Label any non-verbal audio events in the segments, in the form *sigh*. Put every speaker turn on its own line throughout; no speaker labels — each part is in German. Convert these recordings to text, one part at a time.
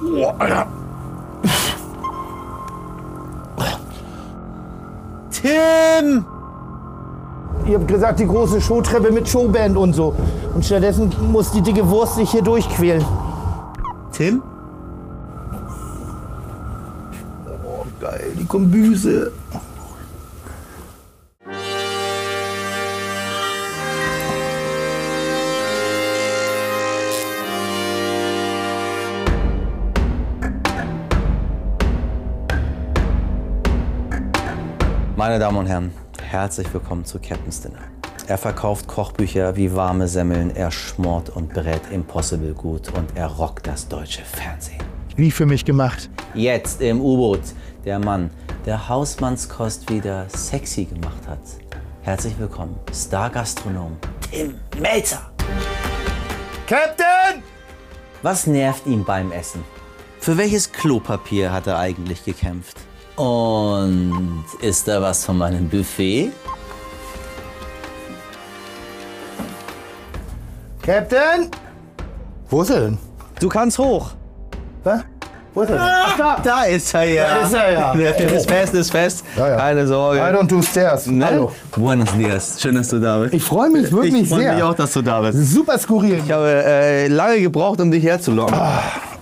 Oh, Alter.
Tim!
Ihr habt gesagt, die große Showtreppe mit Showband und so. Und stattdessen muss die dicke Wurst sich hier durchquälen.
Tim?
Oh, geil, die Kombüse.
Meine Damen und Herren, herzlich willkommen zu Captain's Dinner. Er verkauft Kochbücher wie warme Semmeln, er schmort und brät Impossible gut und er rockt das deutsche Fernsehen.
Wie für mich gemacht.
Jetzt im U-Boot der Mann, der Hausmannskost wieder sexy gemacht hat. Herzlich willkommen, Star-Gastronom Tim Melzer.
Captain!
Was nervt ihn beim Essen? Für welches Klopapier hat er eigentlich gekämpft? Und ist da was von meinem Buffet?
Captain! Wo ist er denn?
Du kannst hoch.
Was? Wo ist er denn? Ach, da!
Da ist er ja.
Ah! Da ist er
*laughs*
ja.
ist fest, ist fest.
ja.
Keine Sorge.
I don't do stairs.
Ne?
Hallo.
Buenos dias, schön, dass du da bist.
Ich freue mich wirklich
ich freu
sehr.
mich auch, dass du da bist.
Super skurril.
Ich habe äh, lange gebraucht, um dich herzulocken.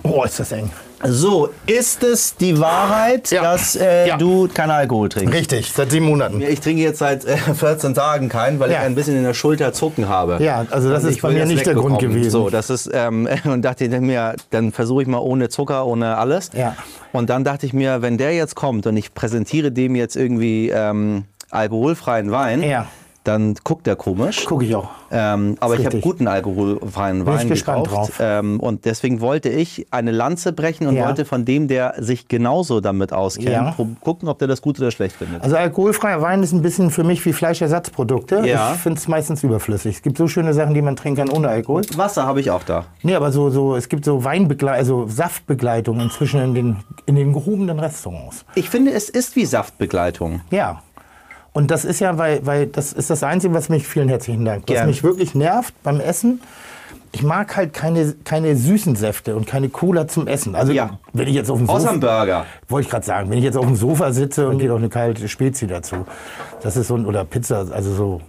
Oh, ist das eng.
So, ist es die Wahrheit,
Ja.
dass äh,
Ja.
du keinen Alkohol trinkst?
Richtig, seit sieben Monaten.
Ich trinke jetzt seit äh, 14 Tagen keinen, weil
Ja.
ich ein bisschen in der Schulter zucken habe.
Ja, also das
Und
ist
ich
bei
will
mir
das
nicht der
wegbekommen.
Grund gewesen.
So, das ist ähm, *laughs* und dachte ich mir, dann versuche ich mal ohne Zucker, ohne alles.
Ja.
Und dann dachte ich mir, wenn der jetzt kommt und ich präsentiere dem jetzt irgendwie ähm, alkoholfreien Wein,
Ja.
dann guckt der komisch.
Guck ich auch.
Ähm, aber ich habe
richtig.
guten alkoholfreien
Bin ich
Wein
gespannt drauf.
gekauft. Ähm, und deswegen wollte ich eine Lanze brechen und
Ja.
wollte von dem, der sich genauso damit auskennt,
Ja.
prob- gucken, ob der das gut oder schlecht findet.
Also alkoholfreier Wein ist ein bisschen für mich wie Fleischersatzprodukte.
Ja.
Ich finde es meistens überflüssig. Es gibt so schöne Sachen, die man trinken kann ohne Alkohol.
Wasser habe ich auch da.
Nee, aber so, so, es gibt so Weinbegleitung, also Saftbegleitung inzwischen in den, in den gehobenen Restaurants.
Ich finde, es ist wie Saftbegleitung.
Ja. Und das ist ja, weil, weil das ist das Einzige, was mich, vielen herzlichen Dank, was
Gerne.
mich wirklich nervt beim Essen. Ich mag halt keine, keine süßen Säfte und keine Cola zum Essen. Also
Ja.
wenn ich jetzt auf dem
Außer ein
Sofa,
Burger.
wollte ich gerade sagen, wenn ich jetzt auf dem Sofa sitze und geht auch eine kalte Spezi dazu, das ist so ein oder Pizza, also so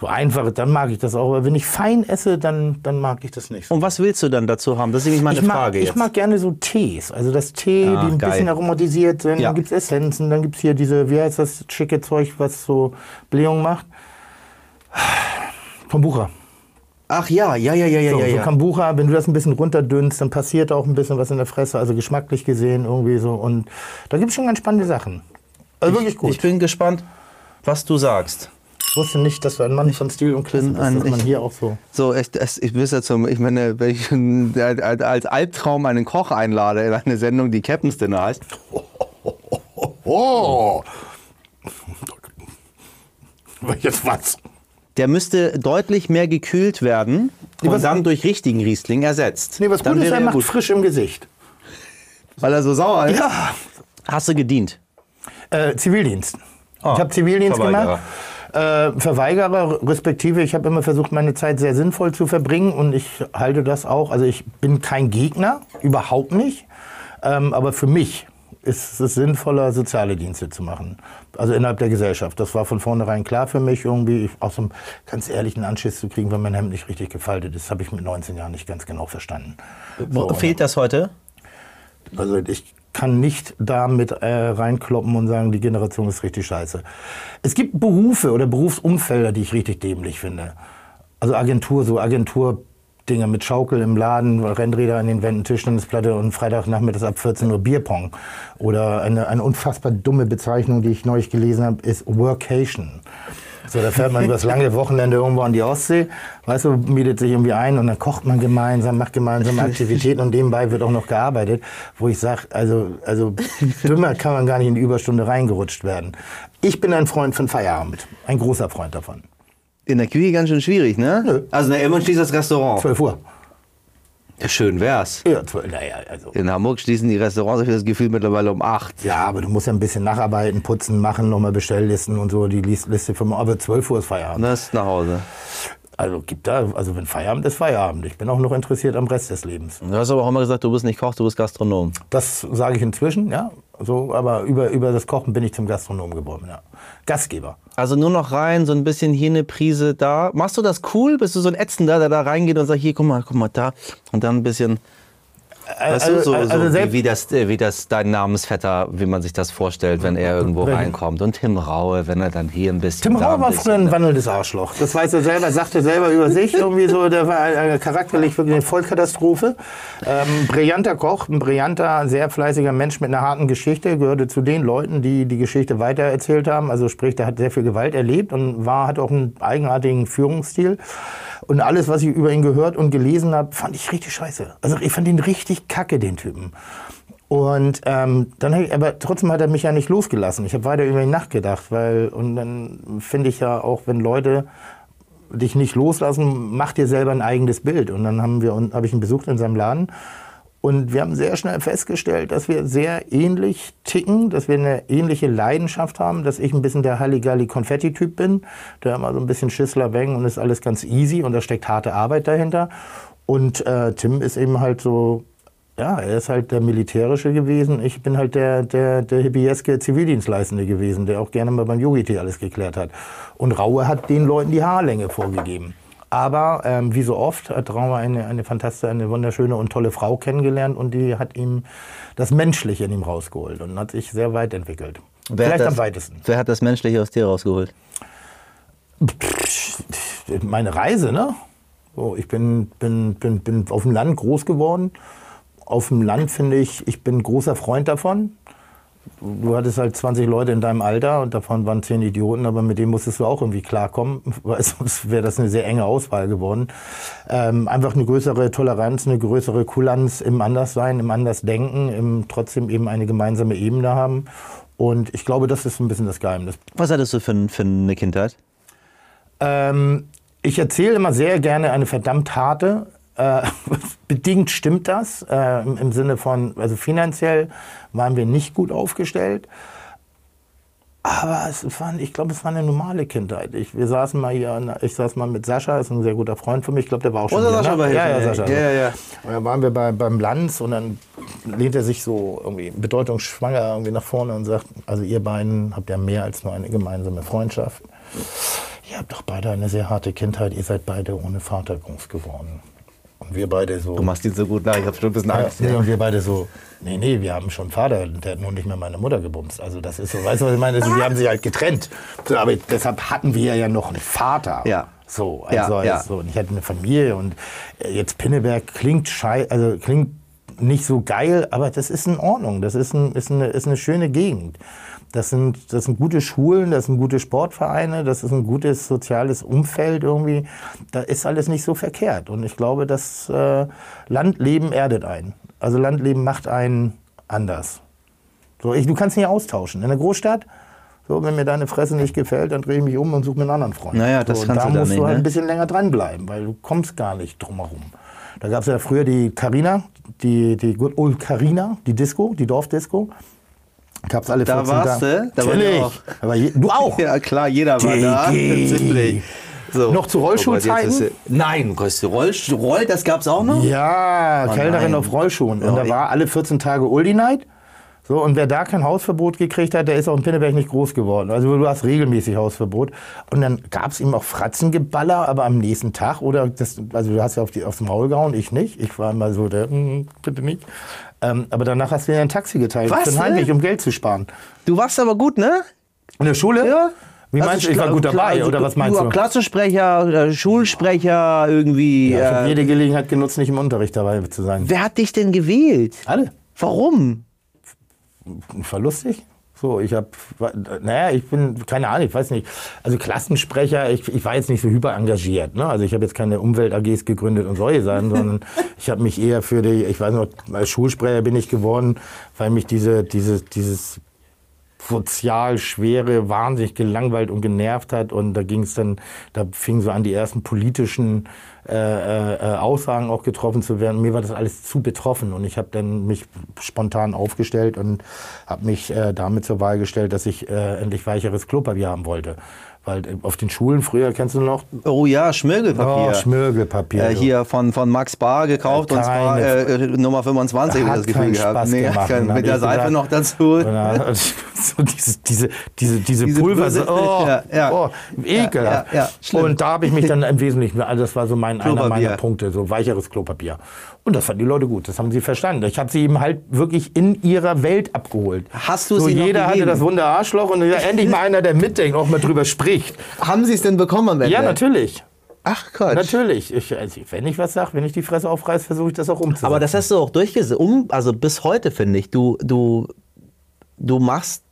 so einfache, dann mag ich das auch. Aber wenn ich fein esse, dann dann mag ich das nicht. so.
Und was willst du dann dazu haben? Das ist nämlich meine
ich mag,
Frage
ich
jetzt.
mag gerne so Tees. Also das Tee,
Ah,
die ein
geil.
bisschen aromatisiert sind.
Ja.
Dann gibt es Essenzen, dann gibt es hier diese, wie heißt das schicke Zeug, was so Blähung macht? Kombucha.
Ach ja, ja, ja, ja, ja,
So,
ja.
so
ja.
Kombucha, wenn du das ein bisschen runterdünnst, dann passiert auch ein bisschen was in der Fresse, also geschmacklich gesehen irgendwie so. Und da gibt es schon ganz spannende Sachen. Also wirklich gut.
Ich bin gespannt, was du sagst.
Ich wusste nicht, dass du ein Mann von Stil und Klissen bist,
ein-
dass man
ich-
hier auch so.
So, ich, es- ich bis ja zum, ich meine, wenn ich als als Albtraum einen Koch einlade in eine Sendung, die Captain's Dinner heißt.
Oh! *laughs* Jetzt was?
Der müsste deutlich mehr gekühlt werden und
was-
dann durch richtigen Riesling ersetzt.
Nee, was
dann
gut ist,
wäre
er macht
gut,
frisch im Gesicht.
Weil er so sauer ist.
Ja.
Hast du gedient?
Äh, Zivildienst.
Ah,
ich habe Zivildienst
Verweigerer.
gemacht. Äh, Verweigerer, respektive, ich habe immer versucht, meine Zeit sehr sinnvoll zu verbringen und ich halte das auch. Also ich bin kein Gegner, überhaupt nicht. Ähm, aber für mich ist es sinnvoller, soziale Dienste zu machen. Also innerhalb der Gesellschaft. Das war von vornherein klar für mich irgendwie. Ich, auch so einen ganz ehrlichen Anschiss zu kriegen, wenn mein Hemd nicht richtig gefaltet ist, habe ich mit 19 Jahren nicht ganz genau verstanden. So,
Fehlt das heute?
also ich kann nicht da mit äh, reinkloppen und sagen, die Generation ist richtig scheiße. Es gibt Berufe oder Berufsumfelder, die ich richtig dämlich finde. Also Agentur, so Agentur-Dinge mit Schaukel im Laden, Rennräder an den Wänden, Tischtennisplatte und Freitagnachmittags ab 14 Uhr Bierpong. Oder eine, eine unfassbar dumme Bezeichnung, die ich neulich gelesen habe, ist Workation. So, da fährt man übers lange Wochenende irgendwo an die Ostsee, weißt du, mietet sich irgendwie ein und dann kocht man gemeinsam, macht gemeinsame Aktivitäten und nebenbei wird auch noch gearbeitet, wo ich sage, also, also dümmer kann man gar nicht in die Überstunde reingerutscht werden. Ich bin ein Freund von Feierabend, ein großer Freund davon.
In der Küche ganz schön schwierig, ne?
Nö.
Also, na, irgendwann schließt das Restaurant.
12 Uhr.
Ja, schön wär's.
Ja, 12, naja, also.
In Hamburg schließen die Restaurants, ich habe das Gefühl, mittlerweile um 8.
Ja, aber du musst ja ein bisschen nacharbeiten, putzen, machen, nochmal Bestelllisten und so, die Liste für morgen. Aber 12 Uhr ist Feierabend.
Und dann ist nach Hause.
Also gibt da, also wenn Feierabend ist, Feierabend. Ich bin auch noch interessiert am Rest des Lebens.
Du hast aber auch immer gesagt, du bist nicht Koch, du bist Gastronom.
Das sage ich inzwischen, ja. So, aber über, über das Kochen bin ich zum Gastronom geworden, ja. Gastgeber.
Also nur noch rein, so ein bisschen hier eine Prise da. Machst du das cool? Bist du so ein Ätzender, der da reingeht und sagt, hier, guck mal, guck mal, da. Und dann ein bisschen, weißt du, Äh, also so, so wie,
Also, selbst-
wie, das, äh, wie das dein Namensvetter, wie man sich das vorstellt, wenn er irgendwo
Äh, Welchen?
reinkommt. Und Tim Raue, wenn er dann hier ein bisschen
Tim
da
Raue
ein
war früher
bisschen.
ein wandelndes Arschloch. ne? Das weiß er selber, sagte selber über sich irgendwie so. Der war äh, charakterlich wirklich eine Vollkatastrophe. Ähm, brillanter Koch, ein brillanter, sehr fleißiger Mensch mit einer harten Geschichte. Gehörte zu den Leuten, die die Geschichte weitererzählt haben. Also sprich, der hat sehr viel Gewalt erlebt und war, hat auch einen eigenartigen Führungsstil. Und alles, was ich über ihn gehört und gelesen habe, fand ich richtig scheiße. Also ich fand ihn richtig kacke, den Typen. Und ähm, dann hab ich, aber trotzdem hat er mich ja nicht losgelassen. Ich habe weiter über ihn nachgedacht, weil und dann finde ich ja auch, wenn Leute dich nicht loslassen, mach dir selber ein eigenes Bild. Und dann haben wir und habe ich ihn besucht in seinem Laden und wir haben sehr schnell festgestellt, dass wir sehr ähnlich ticken, dass wir eine ähnliche Leidenschaft haben, dass ich ein bisschen der Halligalli-Konfetti-Typ bin, der immer so ein bisschen Schissler bang und ist alles ganz easy und da steckt harte Arbeit dahinter. Und äh, Tim ist eben halt so ja, er ist halt der Militärische gewesen. Ich bin halt der, der, der hippieske Zivildienstleistende gewesen, der auch gerne mal beim Yogi-Tee alles geklärt hat. Und Raue hat den Leuten die Haarlänge vorgegeben. Aber ähm, wie so oft hat Raue eine, eine fantastische, eine wunderschöne und tolle Frau kennengelernt und die hat ihm das Menschliche in ihm rausgeholt und hat sich sehr weit entwickelt.
Wer hat
Vielleicht
das-
am weitesten.
Wer hat das Menschliche aus dir rausgeholt?
meine Reise, ne? So, ich bin, bin, bin, bin auf dem Land groß geworden. Auf dem Land finde ich, ich bin großer Freund davon. Du hattest halt 20 Leute in deinem Alter und davon waren 10 Idioten, aber mit denen musstest du auch irgendwie klarkommen, *laughs* weil sonst wäre das eine sehr enge Auswahl geworden. Ähm, einfach eine größere Toleranz, eine größere Kulanz im Anderssein, im Andersdenken, im trotzdem eben eine gemeinsame Ebene haben. Und ich glaube, das ist ein bisschen das Geheimnis.
Was hattest du für, ein- für eine Kindheit?
Ähm, ich erzähle immer sehr gerne eine verdammt harte. Äh, *laughs* bedingt stimmt das äh, im- im Sinne von, also finanziell waren wir nicht gut aufgestellt. Aber es waren, ich glaube, es war eine normale Kindheit. Ich, wir saßen mal hier, an- ich saß mal mit Sascha, ist ein sehr guter Freund von mir. Ich glaube, der war auch schon
Oder
hier.
Oh, Sascha
ne?
war hier
ja,
schon,
ja,
ey.
Sascha.
Ja, ja, ja.
Und dann waren wir bei, beim Lanz und dann lehnt er sich so irgendwie bedeutungsschwanger irgendwie nach vorne und sagt, also ihr beiden habt ja mehr als nur eine gemeinsame Freundschaft. Ihr habt doch beide eine sehr harte Kindheit, ihr seid beide ohne Vater groß geworden. Und wir beide so.
Du machst ihn so gut nach, ich habe schon ein bisschen Angst.
Ja, nee, und wir beide so, nee, nee, wir haben schon einen Vater, der hat nur nicht mehr meine Mutter gebumst. Also das ist so, weißt du, was ich meine? Also, die haben sich halt getrennt. So, aber deshalb hatten wir ja noch einen Vater.
Ja.
So,
Ja,
also
ja.
so. Und ich hatte eine Familie und äh, jetzt Pinneberg klingt schei also klingt nicht so geil, aber das ist in Ordnung. Das ist, ein, ist, eine, ist eine schöne Gegend. Das sind, das sind gute Schulen, das sind gute Sportvereine, das ist ein gutes soziales Umfeld irgendwie. Da ist alles nicht so verkehrt. Und ich glaube, das äh, Landleben erdet einen. Also Landleben macht einen anders. So, ich, du kannst nicht austauschen. In der Großstadt, so, wenn mir deine Fresse nicht gefällt, dann drehe ich mich um und suche mir einen anderen Freund.
Naja, das
so, und
kannst
da
du dann
musst
nicht,
du halt
ne?
ein bisschen länger dranbleiben, weil du kommst gar nicht drumherum. Da gab es ja früher die Carina, die, die Good Old Carina, die Disco, die Dorfdisco. Gab es alle
Da
14
warst
Tage.
du? Da war ich
Natürlich.
auch.
Aber je, du auch.
Ja, klar, jeder war da.
Digi.
Ziemlich. So.
Noch zu
Oh Gott, jetzt
Rollschulzeiten?
ist er-
Nein, Rollst- Roll, Roll, das gab's auch noch?
Ja, Kellnerin
Oh nein.
auf Rollschuhen. Und
Oh,
da
ich-
war alle 14 Tage Uldi Night. So, und wer da kein Hausverbot gekriegt hat, der ist auch in Pinneberg nicht groß geworden. Also du hast regelmäßig Hausverbot. Und dann gab es eben auch Fratzengeballer, aber am nächsten Tag. Oder das, also du hast ja auf die, aufs Maul gehauen, ich nicht. Ich war immer so der, "Mm, bitte nicht. Ähm, aber danach hast du dir ein Taxi geteilt
Was,
für den
ne?
Heimweg, um Geld zu sparen.
Du warst aber
*laughs*
gut, ne?
In der Schule?
Ja.
Wie meinst
Also
du, ich war gut dabei, oder was meinst du?
Klassensprecher, oder Schulsprecher, irgendwie.
Ich habe
äh,
jede Gelegenheit genutzt, nicht im Unterricht dabei zu sein.
wer hat dich denn gewählt?
Alle.
Warum?
verlustig. So, ich habe, naja, ich bin, keine Ahnung, ich weiß nicht. Also Klassensprecher, ich, ich war jetzt nicht so hyper engagiert. Ne? Also ich habe jetzt keine Umwelt-AGs gegründet und solche Sachen, sondern ich habe mich eher für die, ich weiß noch, als Schulsprecher bin ich geworden, weil mich diese, diese, dieses sozial schwere, wahnsinnig gelangweilt und genervt hat. Und da ging es dann, da fingen so an, die ersten politischen äh, äh, äh, Aussagen auch getroffen zu werden. Mir war das alles zu betroffen und ich habe dann mich spontan aufgestellt und habe mich äh, damit zur Wahl gestellt, dass ich äh, endlich weicheres Klopapier haben wollte. Weil auf den Schulen früher, kennst du noch?
Oh ja, Schmirgelpapier.
Oh, Schmirgelpapier.
Äh,
du.
hier von, von Max Bar gekauft und zwar
Also Keine-
äh, Nummer 25
Hat
hab ich das Gefühl
keinen
gehabt.
Spaß
Nee, kein-
gemacht. Dann hab
mit der
ich
Seife
gesagt- äh,
noch
*laughs*
dazu.
Und dann- so diese, diese, diese, diese,
Diese
Pulver, so,
Pulver- *laughs*
oh,
ja, ja.
oh, ekelhaft.
Ja, ja, ja, schlimm.
und da habe ich mich
*laughs*
dann im Wesentlichen, also das war so mein, einer
Klopapier.
meiner Punkte, so weicheres Klopapier. Und das fanden die Leute gut, das haben sie verstanden. Ich habe sie eben halt wirklich in ihrer Welt abgeholt.
Hast du
so,
sie noch
Jeder hatte
gegeben?
das wunder Arschloch
*laughs*
und endlich mal einer, der mitdenkt, auch mal drüber spricht.
Haben Sie es denn bekommen am Ende?
Ja, natürlich.
Ach
Äh,
Gott.
Natürlich. Ich, also, wenn ich was sage, wenn ich die Fresse aufreiß, versuche ich das auch umzusetzen.
Aber das hast du auch durchgesetzt. Um, also bis heute finde ich, du, du, du machst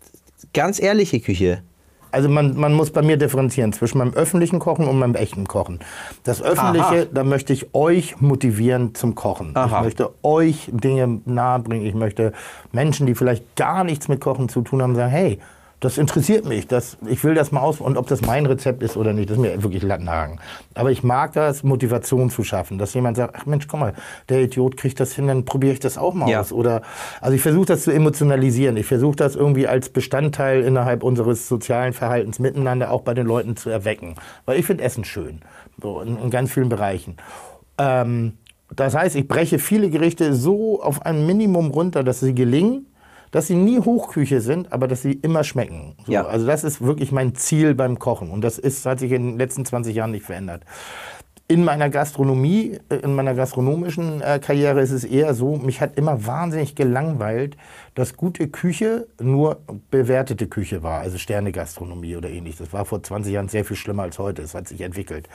ganz ehrliche Küche.
Also man, man muss bei mir differenzieren zwischen meinem öffentlichen Kochen und meinem echten Kochen. Das öffentliche, da möchte ich euch motivieren zum Kochen.
Aha.
Ich möchte euch Dinge nahebringen. Ich möchte Menschen, die vielleicht gar nichts mit Kochen zu tun haben, sagen, hey, das interessiert mich, das, ich will das mal aus und ob das mein Rezept ist oder nicht, das ist mir wirklich Lattenhagen. Aber ich mag das, Motivation zu schaffen, dass jemand sagt, ach Mensch, guck mal, der Idiot kriegt das hin, dann probiere ich das auch mal
Ja.
aus. Oder also ich versuche das zu emotionalisieren. Ich versuche das irgendwie als Bestandteil innerhalb unseres sozialen Verhaltens miteinander auch bei den Leuten zu erwecken. Weil ich finde Essen schön. So in, in ganz vielen Bereichen. Ähm, das heißt, ich breche viele Gerichte so auf ein Minimum runter, dass sie gelingen, dass sie nie Hochküche sind, aber dass sie immer schmecken. So,
Ja.
Also das ist wirklich mein Ziel beim Kochen. Und das ist, hat sich in den letzten 20 Jahren nicht verändert in meiner Gastronomie, äh, in meiner gastronomischen äh, Karriere ist es eher so, mich hat immer wahnsinnig gelangweilt, dass gute Küche nur bewertete Küche war, also Sterne-Gastronomie oder ähnlich. Das war vor 20 Jahren sehr viel schlimmer als heute. Es hat sich entwickelt.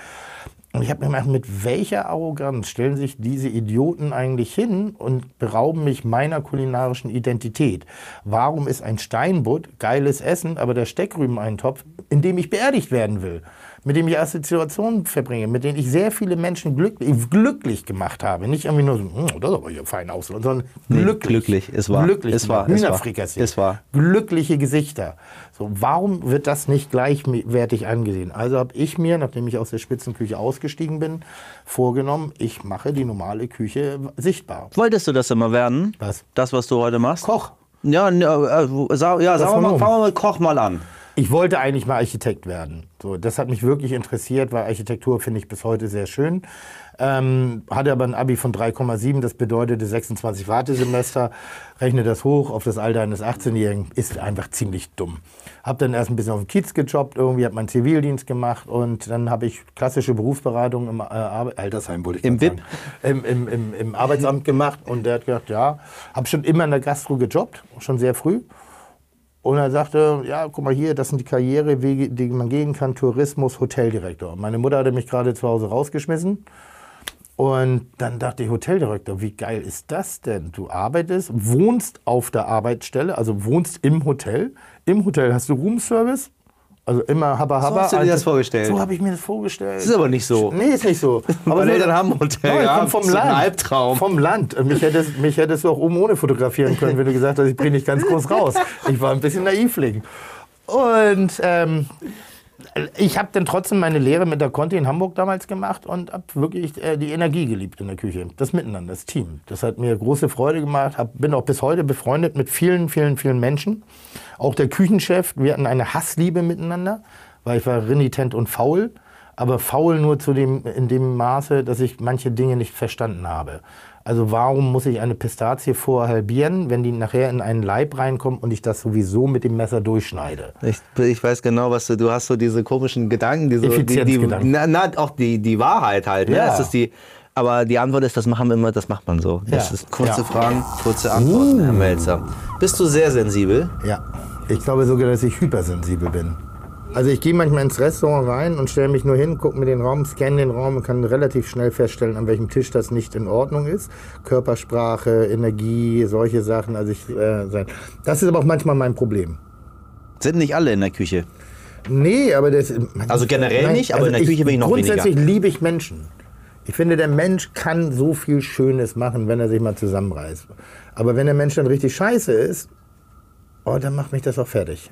Und ich habe mir gedacht, mit welcher Arroganz stellen sich diese Idioten eigentlich hin und berauben mich meiner kulinarischen Identität? Warum ist ein Steinbutt geiles Essen, aber der Steckrübeneintopf, in dem ich beerdigt werden will, mit dem ich Assoziationen verbringe, mit denen ich sehr viele Menschen glücklich, glücklich gemacht habe? Nicht irgendwie nur so, "Hm, das ist aber hier fein aus, sondern glücklich.
glücklich, es war,
Glücklich,
es war, es war,
Hühnerfrikassee.
es war.
Glückliche Gesichter. So, warum wird das nicht gleichwertig angesehen? Also habe ich mir, nachdem ich aus der Spitzenküche ausgestiegen bin, vorgenommen, ich mache die normale Küche sichtbar.
Wolltest du das immer werden?
Was?
Das, was du heute machst?
Koch. um.
Ja, ne, äh, sa- ja sagen wir
war
mal,
nur-
fangen wir mal Koch mal an.
Ich wollte eigentlich mal Architekt werden. So, das hat mich wirklich interessiert, weil Architektur finde ich bis heute sehr schön. Ähm, hatte aber ein Abi von 3,7, das bedeutete 26 Wartesemester. Rechne das hoch auf das Alter eines 18-Jährigen, ist einfach ziemlich dumm. Hab dann erst ein bisschen auf dem Kiez gejobbt, irgendwie hab meinen Zivildienst gemacht und dann habe ich klassische Berufsberatung im äh, Arbe Altersheim, wollte ich
Im
gerade
BIP?
sagen. im, im, im, im Arbeitsamt gemacht und der hat gesagt, ja, habe schon immer in der Gastro gejobbt, schon sehr früh. Und er sagte, ja, guck mal hier, das sind die Karrierewege, die man gehen kann, Tourismus, Hoteldirektor. Und Meine Mutter hatte mich gerade zu Hause rausgeschmissen. Und dann dachte ich, Hoteldirektor, wie geil ist das denn? Du arbeitest, wohnst auf der Arbeitsstelle, also wohnst im Hotel. Im Hotel hast du Roomservice, also immer Habba Habba.
hast du dir
Also-
das vorgestellt?
So habe ich mir das vorgestellt.
Das ist aber nicht so.
Nee, ist nicht so. Aber
Meine
so-
Eltern haben ein Hotel
Nein, ich
gehabt.
komm vom
Das ist ein
Land.
Albtraum.
Vom Land. Mich hättest, mich hättest du auch oben ohne fotografieren können, wenn du gesagt hast, ich bringe dich ganz groß raus. Ich war ein bisschen naivling. Und ähm, ich habe dann trotzdem meine Lehre mit der Conti in Hamburg damals gemacht und habe wirklich äh, die Energie geliebt in der Küche. Das Miteinander, das Team. Das hat mir große Freude gemacht. Hab, bin auch bis heute befreundet mit vielen, vielen, vielen Menschen. Auch der Küchenchef. Wir hatten eine Hassliebe miteinander, weil ich war renitent und faul. Aber faul nur zu dem, in dem Maße, dass ich manche Dinge nicht verstanden habe. Also warum muss ich eine Pistazie vorher halbieren, wenn die nachher in einen Leib reinkommt und ich das sowieso mit dem Messer durchschneide?
Ich, ich weiß genau, was du, du hast so diese komischen Gedanken, diese, die, die,
Effizienzgedanken.
na, na, auch die, die Wahrheit halt. Ne?
Ja.
Es ist die, aber die Antwort ist, das machen wir immer, das macht man so.
Ja.
Das ist
Ja.
Kurze
Uh.
Fragen, kurze Antworten, Herr Melzer. Bist du sehr sensibel?
Ja, ich glaube sogar, dass ich hypersensibel bin. Also ich gehe manchmal ins Restaurant rein und stelle mich nur hin, gucke mir den Raum, scanne den Raum und kann relativ schnell feststellen, an welchem Tisch das nicht in Ordnung ist. Körpersprache, Energie, solche Sachen. Also ich, äh, sein- das ist aber auch manchmal mein Problem.
Sind nicht alle in der Küche.
Nee, aber das.
Also generell nicht, aber in der Küche bin ich noch
Grundsätzlich liebe ich Menschen. Ich finde, der Mensch kann so viel Schönes machen, wenn er sich mal zusammenreißt. Aber wenn der Mensch dann richtig scheiße ist, oh, dann macht mich das auch fertig.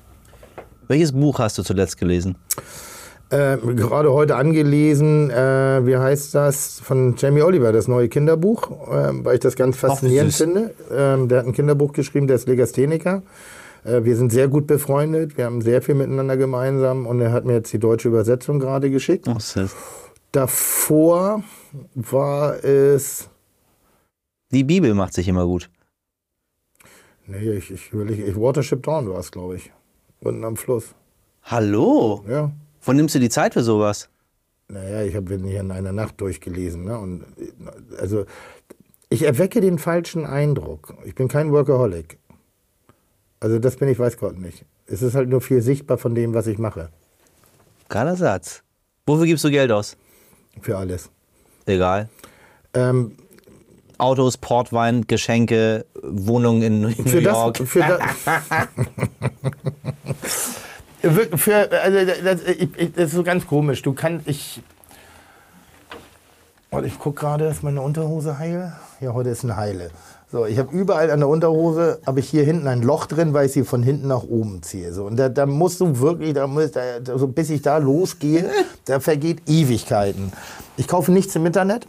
Welches Buch hast du zuletzt gelesen?
Äh, gerade heute angelesen, äh, wie heißt das, von Jamie Oliver, das neue Kinderbuch, äh, weil ich das ganz faszinierend
süß.
finde. Ähm, der hat ein Kinderbuch geschrieben, der ist Legastheniker. Äh, wir sind sehr gut befreundet, wir haben sehr viel miteinander gemeinsam und er hat mir jetzt die deutsche Übersetzung gerade geschickt.
Oh,
Davor war es.
Die Bibel macht sich immer gut.
Nee, ich, ich überlege, ich, Watership Down war es, glaube ich. Unten am Fluss.
Hallo?
Ja.
Wo nimmst du die Zeit für sowas?
Naja, ich habe ihn hier in einer Nacht durchgelesen. Ne? Und äh, also, ich erwecke den falschen Eindruck. Ich bin kein Workaholic. Also, das bin ich, weiß Gott nicht. Es ist halt nur viel sichtbar von dem, was ich mache.
Geiler Satz. Wofür gibst du Geld aus?
Für alles.
Egal.
Ähm,
Autos, Portwein, Geschenke, Wohnungen in New
für das,
York.
für *laughs* das, Wir- für, also, das, ich, ich, das ist so ganz komisch. Du kannst, ich, Warte, ich guck gerade, ist meine Unterhose heil? Ja, heute ist eine heile. So, ich habe überall an der Unterhose, habe ich hier hinten ein Loch drin, weil ich sie von hinten nach oben ziehe. So, und da, da musst du wirklich, da, musst, da, da- so, bis ich da losgehe, da vergeht Ewigkeiten. Ich kaufe nichts im Internet.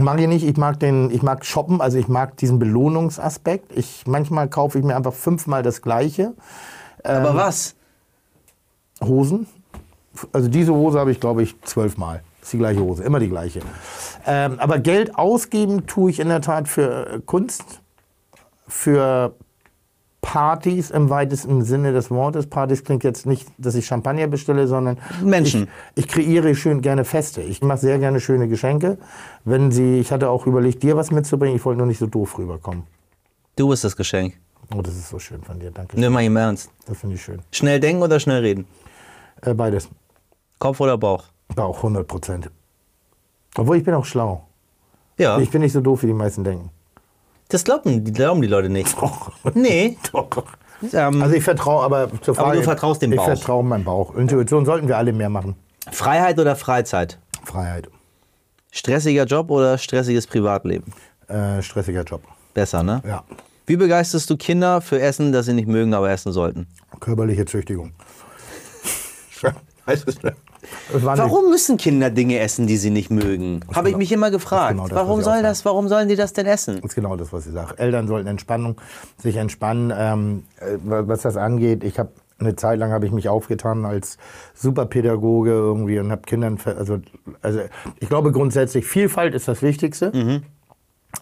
Mag ich nicht. Ich mag den, ich mag shoppen, also ich mag diesen Belohnungsaspekt. Ich, manchmal kaufe ich mir einfach fünfmal das Gleiche. Ähm,
Aber was?
Hosen. Also diese Hose habe ich, glaube ich, zwölfmal. Ist die gleiche Hose, immer die gleiche. Ähm, aber Geld ausgeben tue ich in der Tat für äh, Kunst, für Partys im weitesten Sinne des Wortes. Partys klingt jetzt nicht, dass ich Champagner bestelle, sondern
Menschen.
Ich, ich kreiere schön gerne Feste. Ich mache sehr gerne schöne Geschenke. Wenn sie, ich hatte auch überlegt, dir was mitzubringen. Ich wollte nur nicht so doof rüberkommen.
Du bist das Geschenk.
Oh, das ist so schön von dir. Danke.
Nimm mal im Ernst.
Das finde ich schön.
Schnell denken oder schnell reden?
Äh, beides.
Kopf oder Bauch?
Auch 100 Prozent. Obwohl ich bin auch schlau.
Ja.
Ich bin nicht so doof, wie die meisten
*laughs*
denken.
Das glauben die, glauben die Leute nicht.
Doch.
Nee.
Doch.
Ähm,
Also ich vertraue, aber zur Frage,
Aber du vertraust dem Bauch.
Ich vertraue meinem Bauch. Intuition sollten wir alle mehr machen.
Freiheit oder Freizeit?
Freiheit.
Stressiger Job oder stressiges Privatleben?
Äh, stressiger Job.
Besser, ne?
Ja.
Wie begeisterst du Kinder für Essen, das sie nicht mögen, aber essen sollten?
Körperliche Züchtigung. Weiß es nicht. Es war nicht-
Warum müssen Kinder Dinge essen, die sie nicht mögen? Habe ich mich immer gefragt.
genau das, was
warum,
ich
soll
auch
das, warum sollen die das denn essen?
Das ist genau das, was ich sage. Eltern sollten Entspannung, sich entspannen. Ähm, äh, was das angeht, ich habe eine Zeit lang habe ich mich aufgetan als Superpädagoge irgendwie und habe Kindern, ver- also, also ich glaube grundsätzlich Vielfalt ist das
Mhm.
Wichtigste.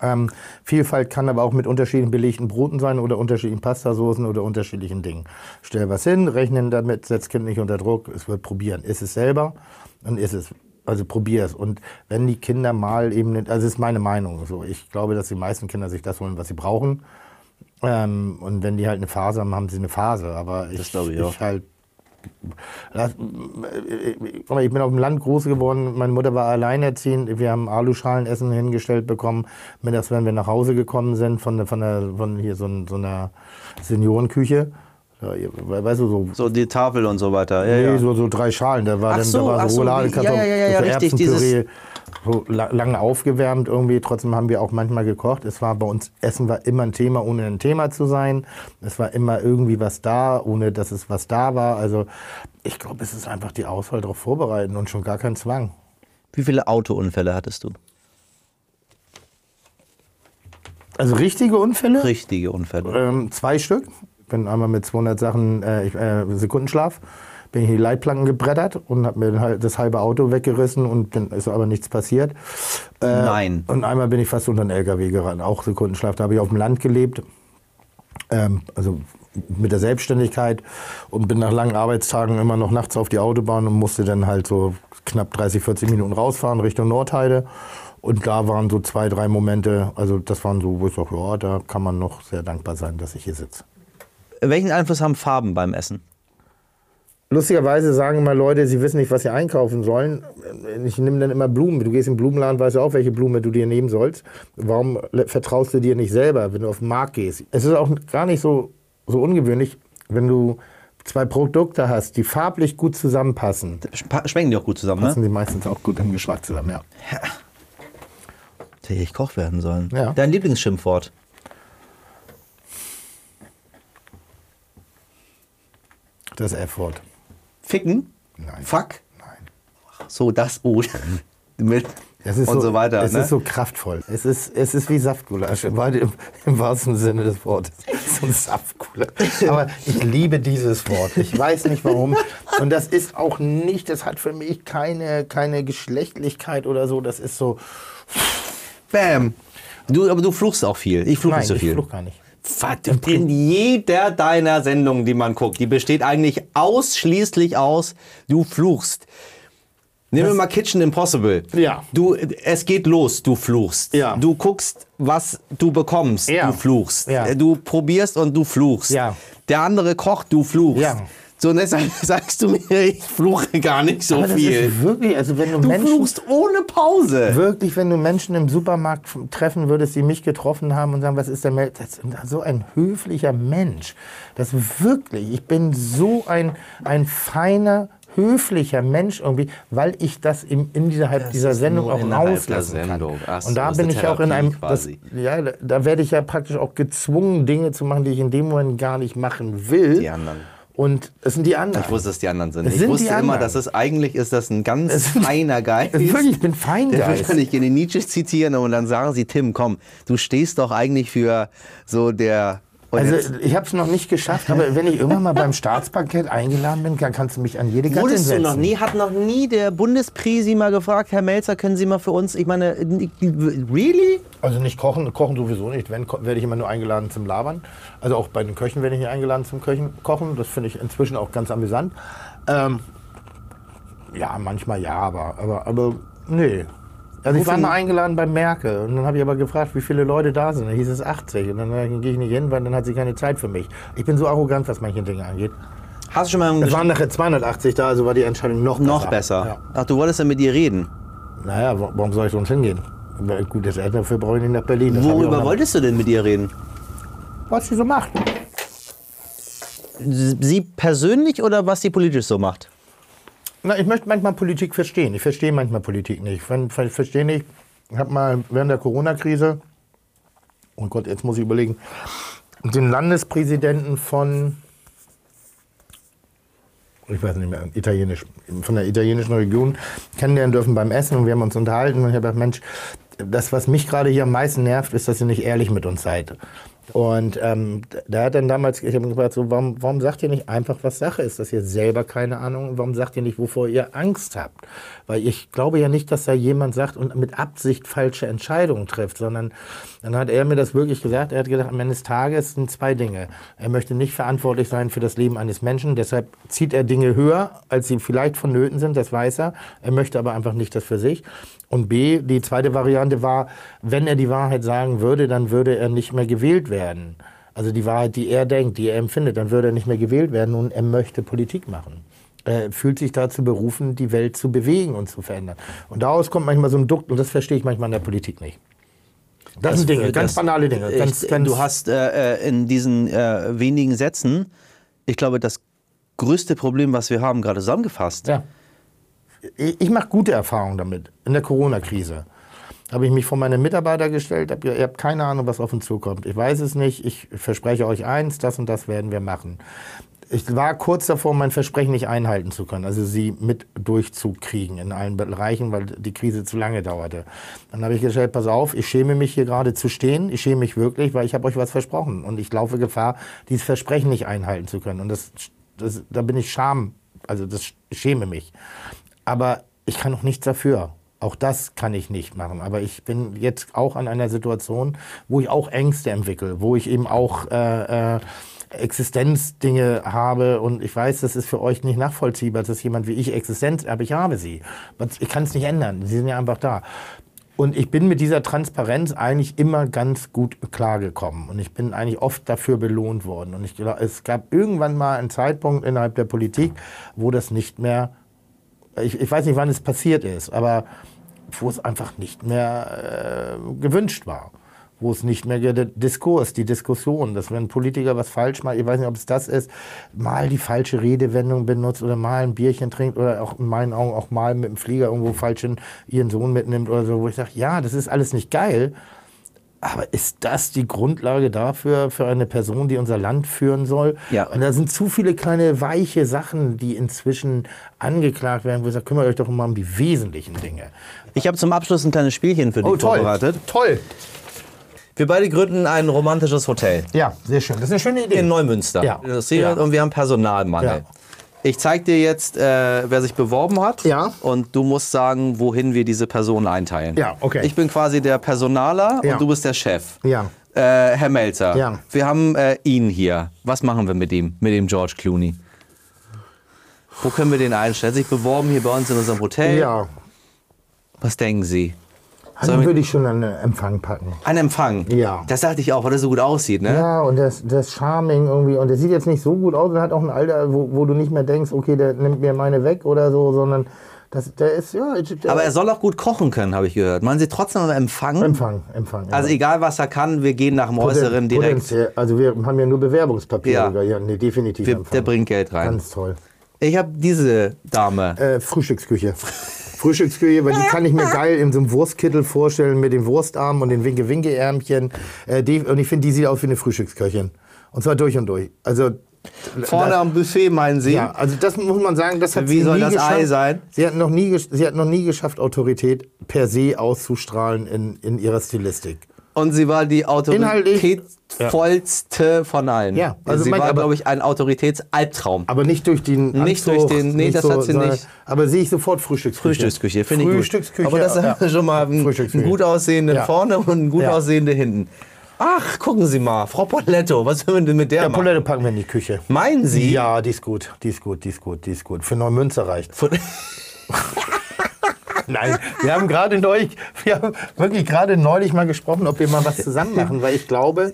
Ähm, Vielfalt kann aber auch mit unterschiedlichen belegten Broten sein oder unterschiedlichen Pastasoßen oder unterschiedlichen Dingen. Stell was hin, rechnen damit, setz Kind nicht unter Druck, es wird probieren. Ist es selber, dann ist es. Also probier es. Und wenn die Kinder mal eben, nicht- also das ist meine Meinung so, ich glaube, dass die meisten Kinder sich das holen, was sie brauchen. Ähm, und wenn die halt eine Phase haben, haben sie eine Phase. Aber ich,
glaube ich
ich
auch.
halt das, Guck mal, ich bin auf dem Land groß geworden. Meine Mutter war alleinerziehend. Wir haben Aluschalenessen hingestellt bekommen. Mittags, wenn wir nach Hause gekommen sind, von, der- von, der, von hier so, ein- so einer Seniorenküche. Ja, ihr- we- Weißt du, so,
So die Tafel und so weiter. Ja,
nee,
ja.
so, so drei Schalen. Da war
Ach
dann
so,
da war
ach so,
so Roulade,
wie- ja, ja, ja, ja,
so
richtig,
Erbsenpüree. So la- lange aufgewärmt irgendwie. Trotzdem haben wir auch manchmal gekocht. Es war bei uns, Essen war immer ein Thema, ohne ein Thema zu sein. Es war immer irgendwie was da, ohne dass es was da war. Also ich glaube, es ist einfach die Auswahl darauf vorbereiten und schon gar kein Zwang.
Wie viele Autounfälle hattest du?
Also richtige Unfälle?
Richtige Unfälle.
Ähm, zwei Stück. Bin einmal mit 200 Sachen äh, ich, äh, Sekundenschlaf. Bin ich in die Leitplanken gebrettert und habe mir halt das halbe Auto weggerissen und dann ist aber nichts passiert. Äh.
Nein.
Und einmal bin ich fast unter den LKW gerannt, auch Sekundenschlaf. Da habe ich auf dem Land gelebt, ähm, also mit der Selbstständigkeit und bin nach langen Arbeitstagen immer noch nachts auf die Autobahn und musste dann halt so knapp 30, 40 Minuten rausfahren Richtung Nordheide. Und da waren so zwei, drei Momente, also das waren so, wo ich sage, ja, da kann man noch sehr dankbar sein, dass ich hier sitze.
Welchen Einfluss haben Farben beim Essen?
Lustigerweise sagen immer Leute, sie wissen nicht, was sie einkaufen sollen. Ich nehme dann immer Blumen. Du gehst in den Blumenladen, weißt du auch, welche Blume du dir nehmen sollst. Warum le- vertraust du dir nicht selber, wenn du auf den Markt gehst? Es ist auch gar nicht so, so ungewöhnlich, wenn du zwei Produkte hast, die farblich gut zusammenpassen.
Sch- Schmecken die auch gut zusammen, ne?
Passen sie meistens auch gut im Geschmack zusammen, ja.
Hätte ich Koch werden sollen.
Ja.
Dein Lieblingsschimpfwort.
Das F-Wort.
Ficken?
Nein.
Fuck?
Nein.
So, das O. *laughs* Mit
Es ist
und so weiter.
Es
ne?
ist so kraftvoll. Es ist, es ist wie Saftgulasch, im, weit- im, im wahrsten Sinne des Wortes. So ein Saftgulasch. Aber ich liebe dieses Wort. Ich weiß nicht warum. Und das ist auch nicht, das hat für mich keine, keine Geschlechtlichkeit oder so. Das ist so.
Bam.
Du, aber du fluchst auch viel. Ich fluch
Nein,
nicht so
ich
viel.
fluch gar nicht.
Fakt,
In jeder deiner Sendungen, die man guckt,
die besteht eigentlich ausschließlich aus, du fluchst. Nehmen wir mal Kitchen Impossible.
Ja.
Du, es geht los, du fluchst.
Ja.
Du guckst, was du bekommst,
Ja.
du fluchst.
Ja.
Du probierst und du fluchst.
Ja.
Der andere kocht, du fluchst.
Ja.
So, und deshalb *laughs* sagst du mir, ich fluche gar nicht so
Aber das
viel.
ist wirklich, also wenn du,
Du
Menschen.
fluchst ohne Pause.
Wirklich, wenn du Menschen im Supermarkt f- treffen würdest, die mich getroffen haben und sagen, was ist denn mit- das ist so ein höflicher Mensch. Das wirklich, ich bin so ein, ein feiner, höflicher Mensch irgendwie, weil ich das im, innerhalb dieser Sendung
nur
auch
innerhalb der
rauslassen
Sendung.
kann.
Ach so,
und da
das ist
bin
eine
ich auch in
Therapie
einem, das,
quasi.
ja, da- da werde ich ja praktisch auch gezwungen, Dinge zu machen, die ich in dem Moment gar nicht machen will.
Die anderen.
Und es sind die anderen.
Ich wusste, dass die anderen sind.
Es
ich
sind die
wusste immer,
anderen.
dass es eigentlich ist, das ein ganz
Es sind-
feiner
*laughs*
Geist.
Wirklich, ich bin Feingeist.
Da will ich in den Nietzsche zitieren und dann sagen sie, Tim, komm, du stehst doch eigentlich für so der. Und jetzt
Also ich habe es noch nicht geschafft, aber wenn ich irgendwann mal beim Staatsbankett eingeladen bin, kann, kannst du mich an jede Gattin
wurdest du
setzen.
noch nie, hat noch nie der Bundespri Sie mal gefragt, Herr Melzer, können Sie mal für uns, ich meine, really?
Also nicht kochen, kochen sowieso nicht. Wenn ko- werde ich immer nur eingeladen zum Labern. Also auch bei den Köchen werde ich nicht eingeladen zum Köchen, Kochen. Das finde ich inzwischen auch ganz amüsant. Ähm, ja, manchmal ja, aber aber, aber nee. Also ich war mal eingeladen bei Merkel und dann habe ich aber gefragt, wie viele Leute da sind. Dann hieß es 80 und dann, dann gehe ich nicht hin, weil dann hat sie keine Zeit für mich. Ich bin so arrogant, was manche Dinge angeht.
Hast du schon mal ein
Es
Gespräch-
waren nachher 280 da, also war die Entscheidung noch besser.
noch besser? Ach, du wolltest ja mit ihr reden.
Ja. Naja, wa- warum soll ich sonst hingehen? Weil Gut, das dafür brauche ich nicht nach Berlin. Das habe ich auch
Worüber
noch-
wolltest du denn mit ihr reden?
Was sie so macht.
Sie persönlich oder was sie politisch so macht?
Na, ich möchte manchmal Politik verstehen. Ich verstehe manchmal Politik nicht. Wenn, wenn ich verstehe nicht, ich habe mal während der Corona-Krise, oh Gott, jetzt muss ich überlegen, den Landespräsidenten von, ich weiß nicht mehr, italienisch, von der italienischen Region kennenlernen dürfen beim Essen und wir haben uns unterhalten und ich habe gesagt, Mensch, das, was mich gerade hier am meisten nervt, ist, dass ihr nicht ehrlich mit uns seid. Und ähm, da hat dann damals, ich habe gefragt, so, warum, warum sagt ihr nicht einfach, was Sache ist, dass ihr selber keine Ahnung, habt? warum sagt ihr nicht, wovor ihr Angst habt? Weil ich glaube ja nicht, dass da jemand sagt und mit Absicht falsche Entscheidungen trifft, sondern dann hat er mir das wirklich gesagt, er hat gedacht, am Ende des Tages sind zwei Dinge. Er möchte nicht verantwortlich sein für das Leben eines Menschen, deshalb zieht er Dinge höher, als sie vielleicht vonnöten sind, das weiß er. Er möchte aber einfach nicht das für sich. Und B, die zweite Variante war, wenn er die Wahrheit sagen würde, dann würde er nicht mehr gewählt werden. Also die Wahrheit, die er denkt, die er empfindet, dann würde er nicht mehr gewählt werden und er möchte Politik machen. Er fühlt sich dazu berufen, die Welt zu bewegen und zu verändern. Und daraus kommt manchmal so ein Dukt und das verstehe ich manchmal in der Politik nicht. Das, sind Dinge, ganz
Das-
banale Dinge.
Ich-
Ganz, ganz
du hast äh, äh, in diesen äh, wenigen Sätzen, ich glaube, das größte Problem, was wir haben, gerade zusammengefasst.
Ja. Ich, ich mache gute Erfahrungen damit. In der Corona-Krise habe ich mich vor meine Mitarbeiter gestellt, hab, gesagt, ihr habt keine Ahnung, was auf uns zukommt. Ich weiß es nicht, ich verspreche euch eins, das und das werden wir machen. Ich war kurz davor, mein Versprechen nicht einhalten zu können, also sie mit durchzukriegen in allen Bereichen, weil die Krise zu lange dauerte. Dann habe ich gesagt, pass auf, ich schäme mich hier gerade zu stehen, ich schäme mich wirklich, weil ich habe euch was versprochen und ich laufe Gefahr, dieses Versprechen nicht einhalten zu können. Und das, das, da bin ich scham, also das sch- ich schäme mich. Aber ich kann auch nichts dafür. Auch das kann ich nicht machen. Aber ich bin jetzt auch an einer Situation, wo ich auch Ängste entwickle, wo ich eben auch äh, äh, Existenzdinge habe. Und ich weiß, das ist für euch nicht nachvollziehbar, dass jemand wie ich Existenz, aber ich habe sie. Was- Ich kann es nicht ändern. Sie sind ja einfach da. Und ich bin mit dieser Transparenz eigentlich immer ganz gut klargekommen. Und ich bin eigentlich oft dafür belohnt worden. Und ich glaube, es gab irgendwann mal einen Zeitpunkt innerhalb der Politik, wo das nicht mehr ich, ich weiß nicht, wann es passiert ist, aber wo es einfach nicht mehr äh, gewünscht war. Wo es nicht mehr der Diskurs, die Diskussion, dass wenn ein Politiker was falsch macht, ich weiß nicht, ob es das ist, mal die falsche Redewendung benutzt oder mal ein Bierchen trinkt oder auch in meinen Augen auch mal mit dem Flieger irgendwo falsch hin ihren Sohn mitnimmt oder so, wo ich sage, ja, das ist alles nicht geil, Aber ist das die Grundlage dafür, für eine Person, die unser Land führen soll?
Ja.
Und da sind zu viele kleine weiche Sachen, die inzwischen angeklagt werden, wo ich sage, kümmert euch doch mal um die wesentlichen Dinge.
Ich habe zum Abschluss ein kleines Spielchen für dich vorbereitet.
Toll.
Wir beide gründen ein romantisches Hotel
Ja, sehr schön. Das ist eine schöne Idee.
in Neumünster.
Ja.
Das hier,
Ja.
Und wir haben Personalmangel.
Ja.
Ich zeig dir jetzt, äh, wer sich beworben hat.
Ja.
Und du musst sagen, wohin wir diese Person einteilen.
Ja, okay.
Ich bin quasi der Personaler
Ja.
und du bist der Chef.
Ja.
Äh, Herr Melzer,
Ja.
wir haben äh, ihn hier. Was machen wir mit ihm, mit dem George Clooney? Wo können wir den einstellen? Er hat sich beworben hier bei uns in unserem Hotel.
Ja,
Was denken Sie?
dann würde ich schon an den Empfang packen.
Ein Empfang.
Ja.
Das dachte ich auch, weil er so gut aussieht, ne?
Ja, und das, das Charming irgendwie. Und der sieht jetzt nicht so gut aus und hat auch ein Alter, wo, wo du nicht mehr denkst, okay, der nimmt mir meine weg oder so, sondern das, der ist, ja. Der
Aber er soll auch gut kochen können, habe ich gehört. Meinen Sie trotzdem am Empfang?
Empfang, Empfang.
Also
ja.
egal, was er kann, wir gehen nach dem
Poten-
Äußeren direkt.
Potenziell. Also wir haben ja nur Bewerbungspapiere.
Ja.
oder? ja nee, definitiv
Wir,
Empfang.
der bringt Geld rein.
Ganz toll.
Ich habe diese Dame.
Äh,
*laughs*
Frühstücksküche. Frühstücksküche, weil die kann ich mir geil in so einem Wurstkittel vorstellen mit dem Wurstarm und den Winke-Winke-Ärmchen. Äh, die- und ich finde, die sieht aus wie eine Frühstücksköchin. Und zwar durch und durch. Also
Vorne am Buffet, meinen Sie?
Ja, also das muss man sagen, das hat
Wie
sie
soll
nie
das
geschafft.
Ei sein?
Sie hat, noch nie, gesch- sie hat noch nie geschafft, Autorität per se auszustrahlen in, in ihrer Stilistik.
Und sie war die
Inhaltlich-
autoritätsvollste von allen.
Ja, also
sie
mein-
war,
aber-
glaube ich, ein Autoritätsalbtraum.
Aber nicht durch den
Nicht durch
Anzug,
den- nee, das hat sie
sondern-
nicht.
Aber sehe ich sofort Frühstücksküche.
Frühstücksküche, finde ich gut.
Frühstücksküche.
Aber das ist
ja.
*laughs* schon mal ein,
Frühstücksküche.
ein gut aussehenden
Ja.
vorne und ein gut
Ja.
aussehende hinten. Ach, gucken Sie mal, Frau Poletto, was will man denn mit der
Ja,
machen?
Polette packen wir in die Küche.
Meinen Sie?
Ja, die ist gut, die ist gut, die ist gut, die ist gut. Für Neumünster reicht.
Von-
*laughs* Nein, wir haben gerade neulich, wir haben wirklich gerade neulich mal gesprochen, ob wir mal was zusammen machen, weil ich glaube,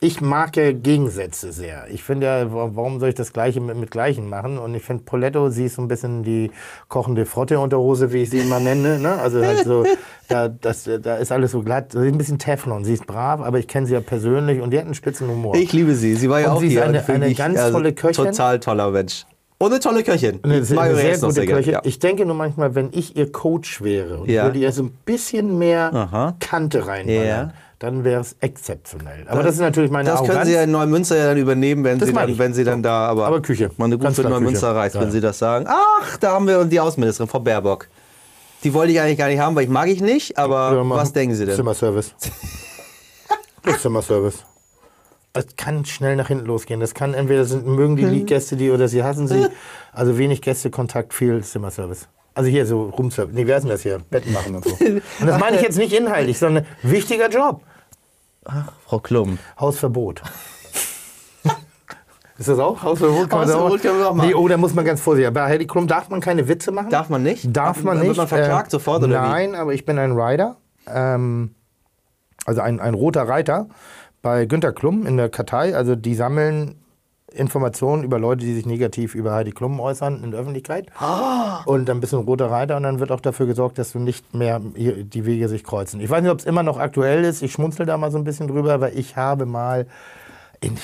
ich mag ja Gegensätze sehr. Ich finde ja, wa- warum soll ich das Gleiche mit, mit Gleichen machen? Und ich finde Poletto, sie ist so ein bisschen die kochende Frotte unter Hose, wie ich sie immer nenne. Ne? Also halt so, da, das, da ist alles so glatt. Sie ist ein bisschen Teflon. Sie ist brav, aber ich kenne sie ja persönlich und die hat einen spitzen Humor.
Ich liebe sie. Sie war ja
Und
auch
sie ist
hier.
eine-
und für
eine
mich,
ganz tolle Köchin.
Total toller Mensch. Und eine tolle Köchin.
Eine, sehr-
Mario
eine sehr
Reyes noch
gute
gern,
Köchin.
ja.
Ich denke nur manchmal, wenn ich ihr Coach wäre und
Ja.
würde ihr so ein bisschen mehr
Aha.
Kante reinballern,
Ja.
dann wäre es exzeptionell. Aber das ist natürlich meine
Das können
Arroganz.
Sie ja in Neumünster ja dann übernehmen, wenn,
Das
sie
meine
dann,
ich.
wenn Sie dann da. Aber,
Aber Küche.
Man eine
Ganz
gute
klar
Neumünster
Küche.
reißt,
Ja.
wenn Sie das sagen. Ach, da haben wir die Außenministerin, Frau Baerbock. Die wollte ich eigentlich gar nicht haben, weil ich mag ich nicht. Aber
Oder mal
was denken Sie denn? *laughs*
Zimmerservice. Das Zimmerservice. Das kann schnell nach hinten losgehen. Das kann entweder sind, mögen
Hm.
die Liedgäste die oder sie hassen
*laughs*
sie. Also wenig Gästekontakt, viel Zimmerservice. Also hier so Roomservice. Nee, wer ist denn das hier? Betten machen
*laughs*
und so. Und das meine ich jetzt nicht inhaltlich, sondern wichtiger Job.
Frau Klum.
Hausverbot. *laughs* Ist das auch? Hausverbot kann man das
Hausverbot
auch-
können wir auch machen.
Nee, oh, da muss man ganz vorsichtig. sein. Bei Heidi Klum darf man keine Witze machen.
Darf man nicht?
Darf man
Wird
nicht. äh,
man verklagt sofort, oder wie?
Nein, aber ich bin ein Rider. Ähm, also ein, ein roter Reiter bei Günter Klum in der Kartei. Also die sammeln Informationen über Leute, die sich negativ über Heidi Klum äußern in der Öffentlichkeit.
Ah.
Und dann bist du ein roter Reiter und dann wird auch dafür gesorgt, dass du nicht mehr hier- die Wege sich kreuzen. Ich weiß nicht, ob es immer noch aktuell ist. Ich schmunzel da mal so ein bisschen drüber, weil ich habe mal in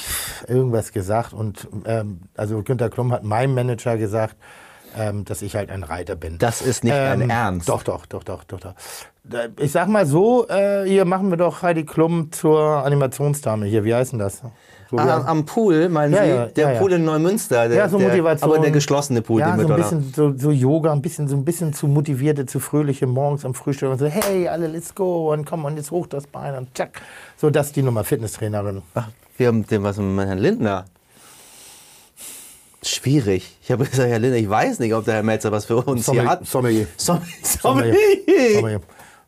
irgendwas gesagt und ähm, also Günter Klum hat meinem Manager gesagt, ähm, dass ich halt ein Reiter bin.
Das ist nicht dein Ernst.
Ähm, Doch, doch, doch, doch, doch. doch. Da- Ich sag mal so, äh, hier machen wir doch Heidi Klum zur Animationsdame hier. Wie heißt denn das? So, wie
Ah, am Pool, meinen
Ja,
Sie?
ja,
der
ja, ja.
Pool in Neumünster. Der,
ja, so
der,
Motivation.
Aber der geschlossene Pool,
ja,
den wir
so ein
dort haben.
bisschen so, so Yoga, ein bisschen so ein bisschen zu motivierte, zu fröhliche morgens am Frühstück und so hey, alle let's go und komm und jetzt hoch das Bein und tschak. So das ist die Nummer Fitnesstrainerin.
Ach, wir haben den was mit Herrn Lindner. Schwierig. Ich habe gesagt, Herr Lindner, ich weiß nicht, ob der Herr Melzer was
*laughs*
für uns hier
Sommelier-
hat.
Sommelier.
Som- Sommelier.
Sommelier.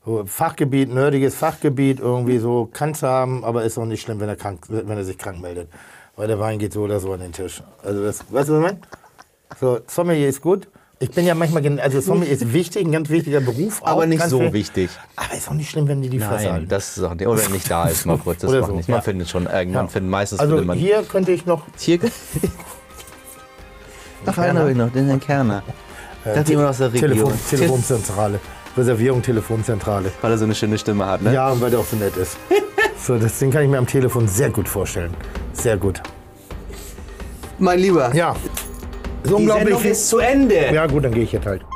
So Fachgebiet, nerdiges Fachgebiet irgendwie so kann's haben, aber ist auch nicht schlimm, wenn er krank, wenn er sich krank meldet, weil der Wein geht so oder so an den Tisch. Also das, weißt du was ich meine? So Sommelier ist gut. Ich bin ja manchmal, gen- also Sommelier ist wichtig, ein ganz wichtiger Beruf.
Aber
auch,
nicht
ganz
so
viel.
wichtig.
Aber ist auch nicht schlimm, wenn die die Fresse
Nein,
halten.
das ist auch nicht. Oder nicht da ist mal kurz. Das
Oder
macht
so,
nicht. Man
ja.
findet schon irgendwann, findet meistens
also
findet man.
hier könnte ich noch
hier Ach, einen habe ich noch, den Herrn Kerner. Der hat jemand aus der Region.
Äh, Telefon, Telefonzentrale, Reservierung Telefonzentrale.
Weil er so eine schöne Stimme hat, ne?
Ja, und weil der auch so nett
*laughs*
ist. So, das Ding kann ich mir am Telefon sehr gut vorstellen. Sehr gut.
Mein Lieber,
Ja. So
die
unglaublich
Sendung
viel.
ist zu Ende.
Ja, gut, dann gehe ich jetzt halt.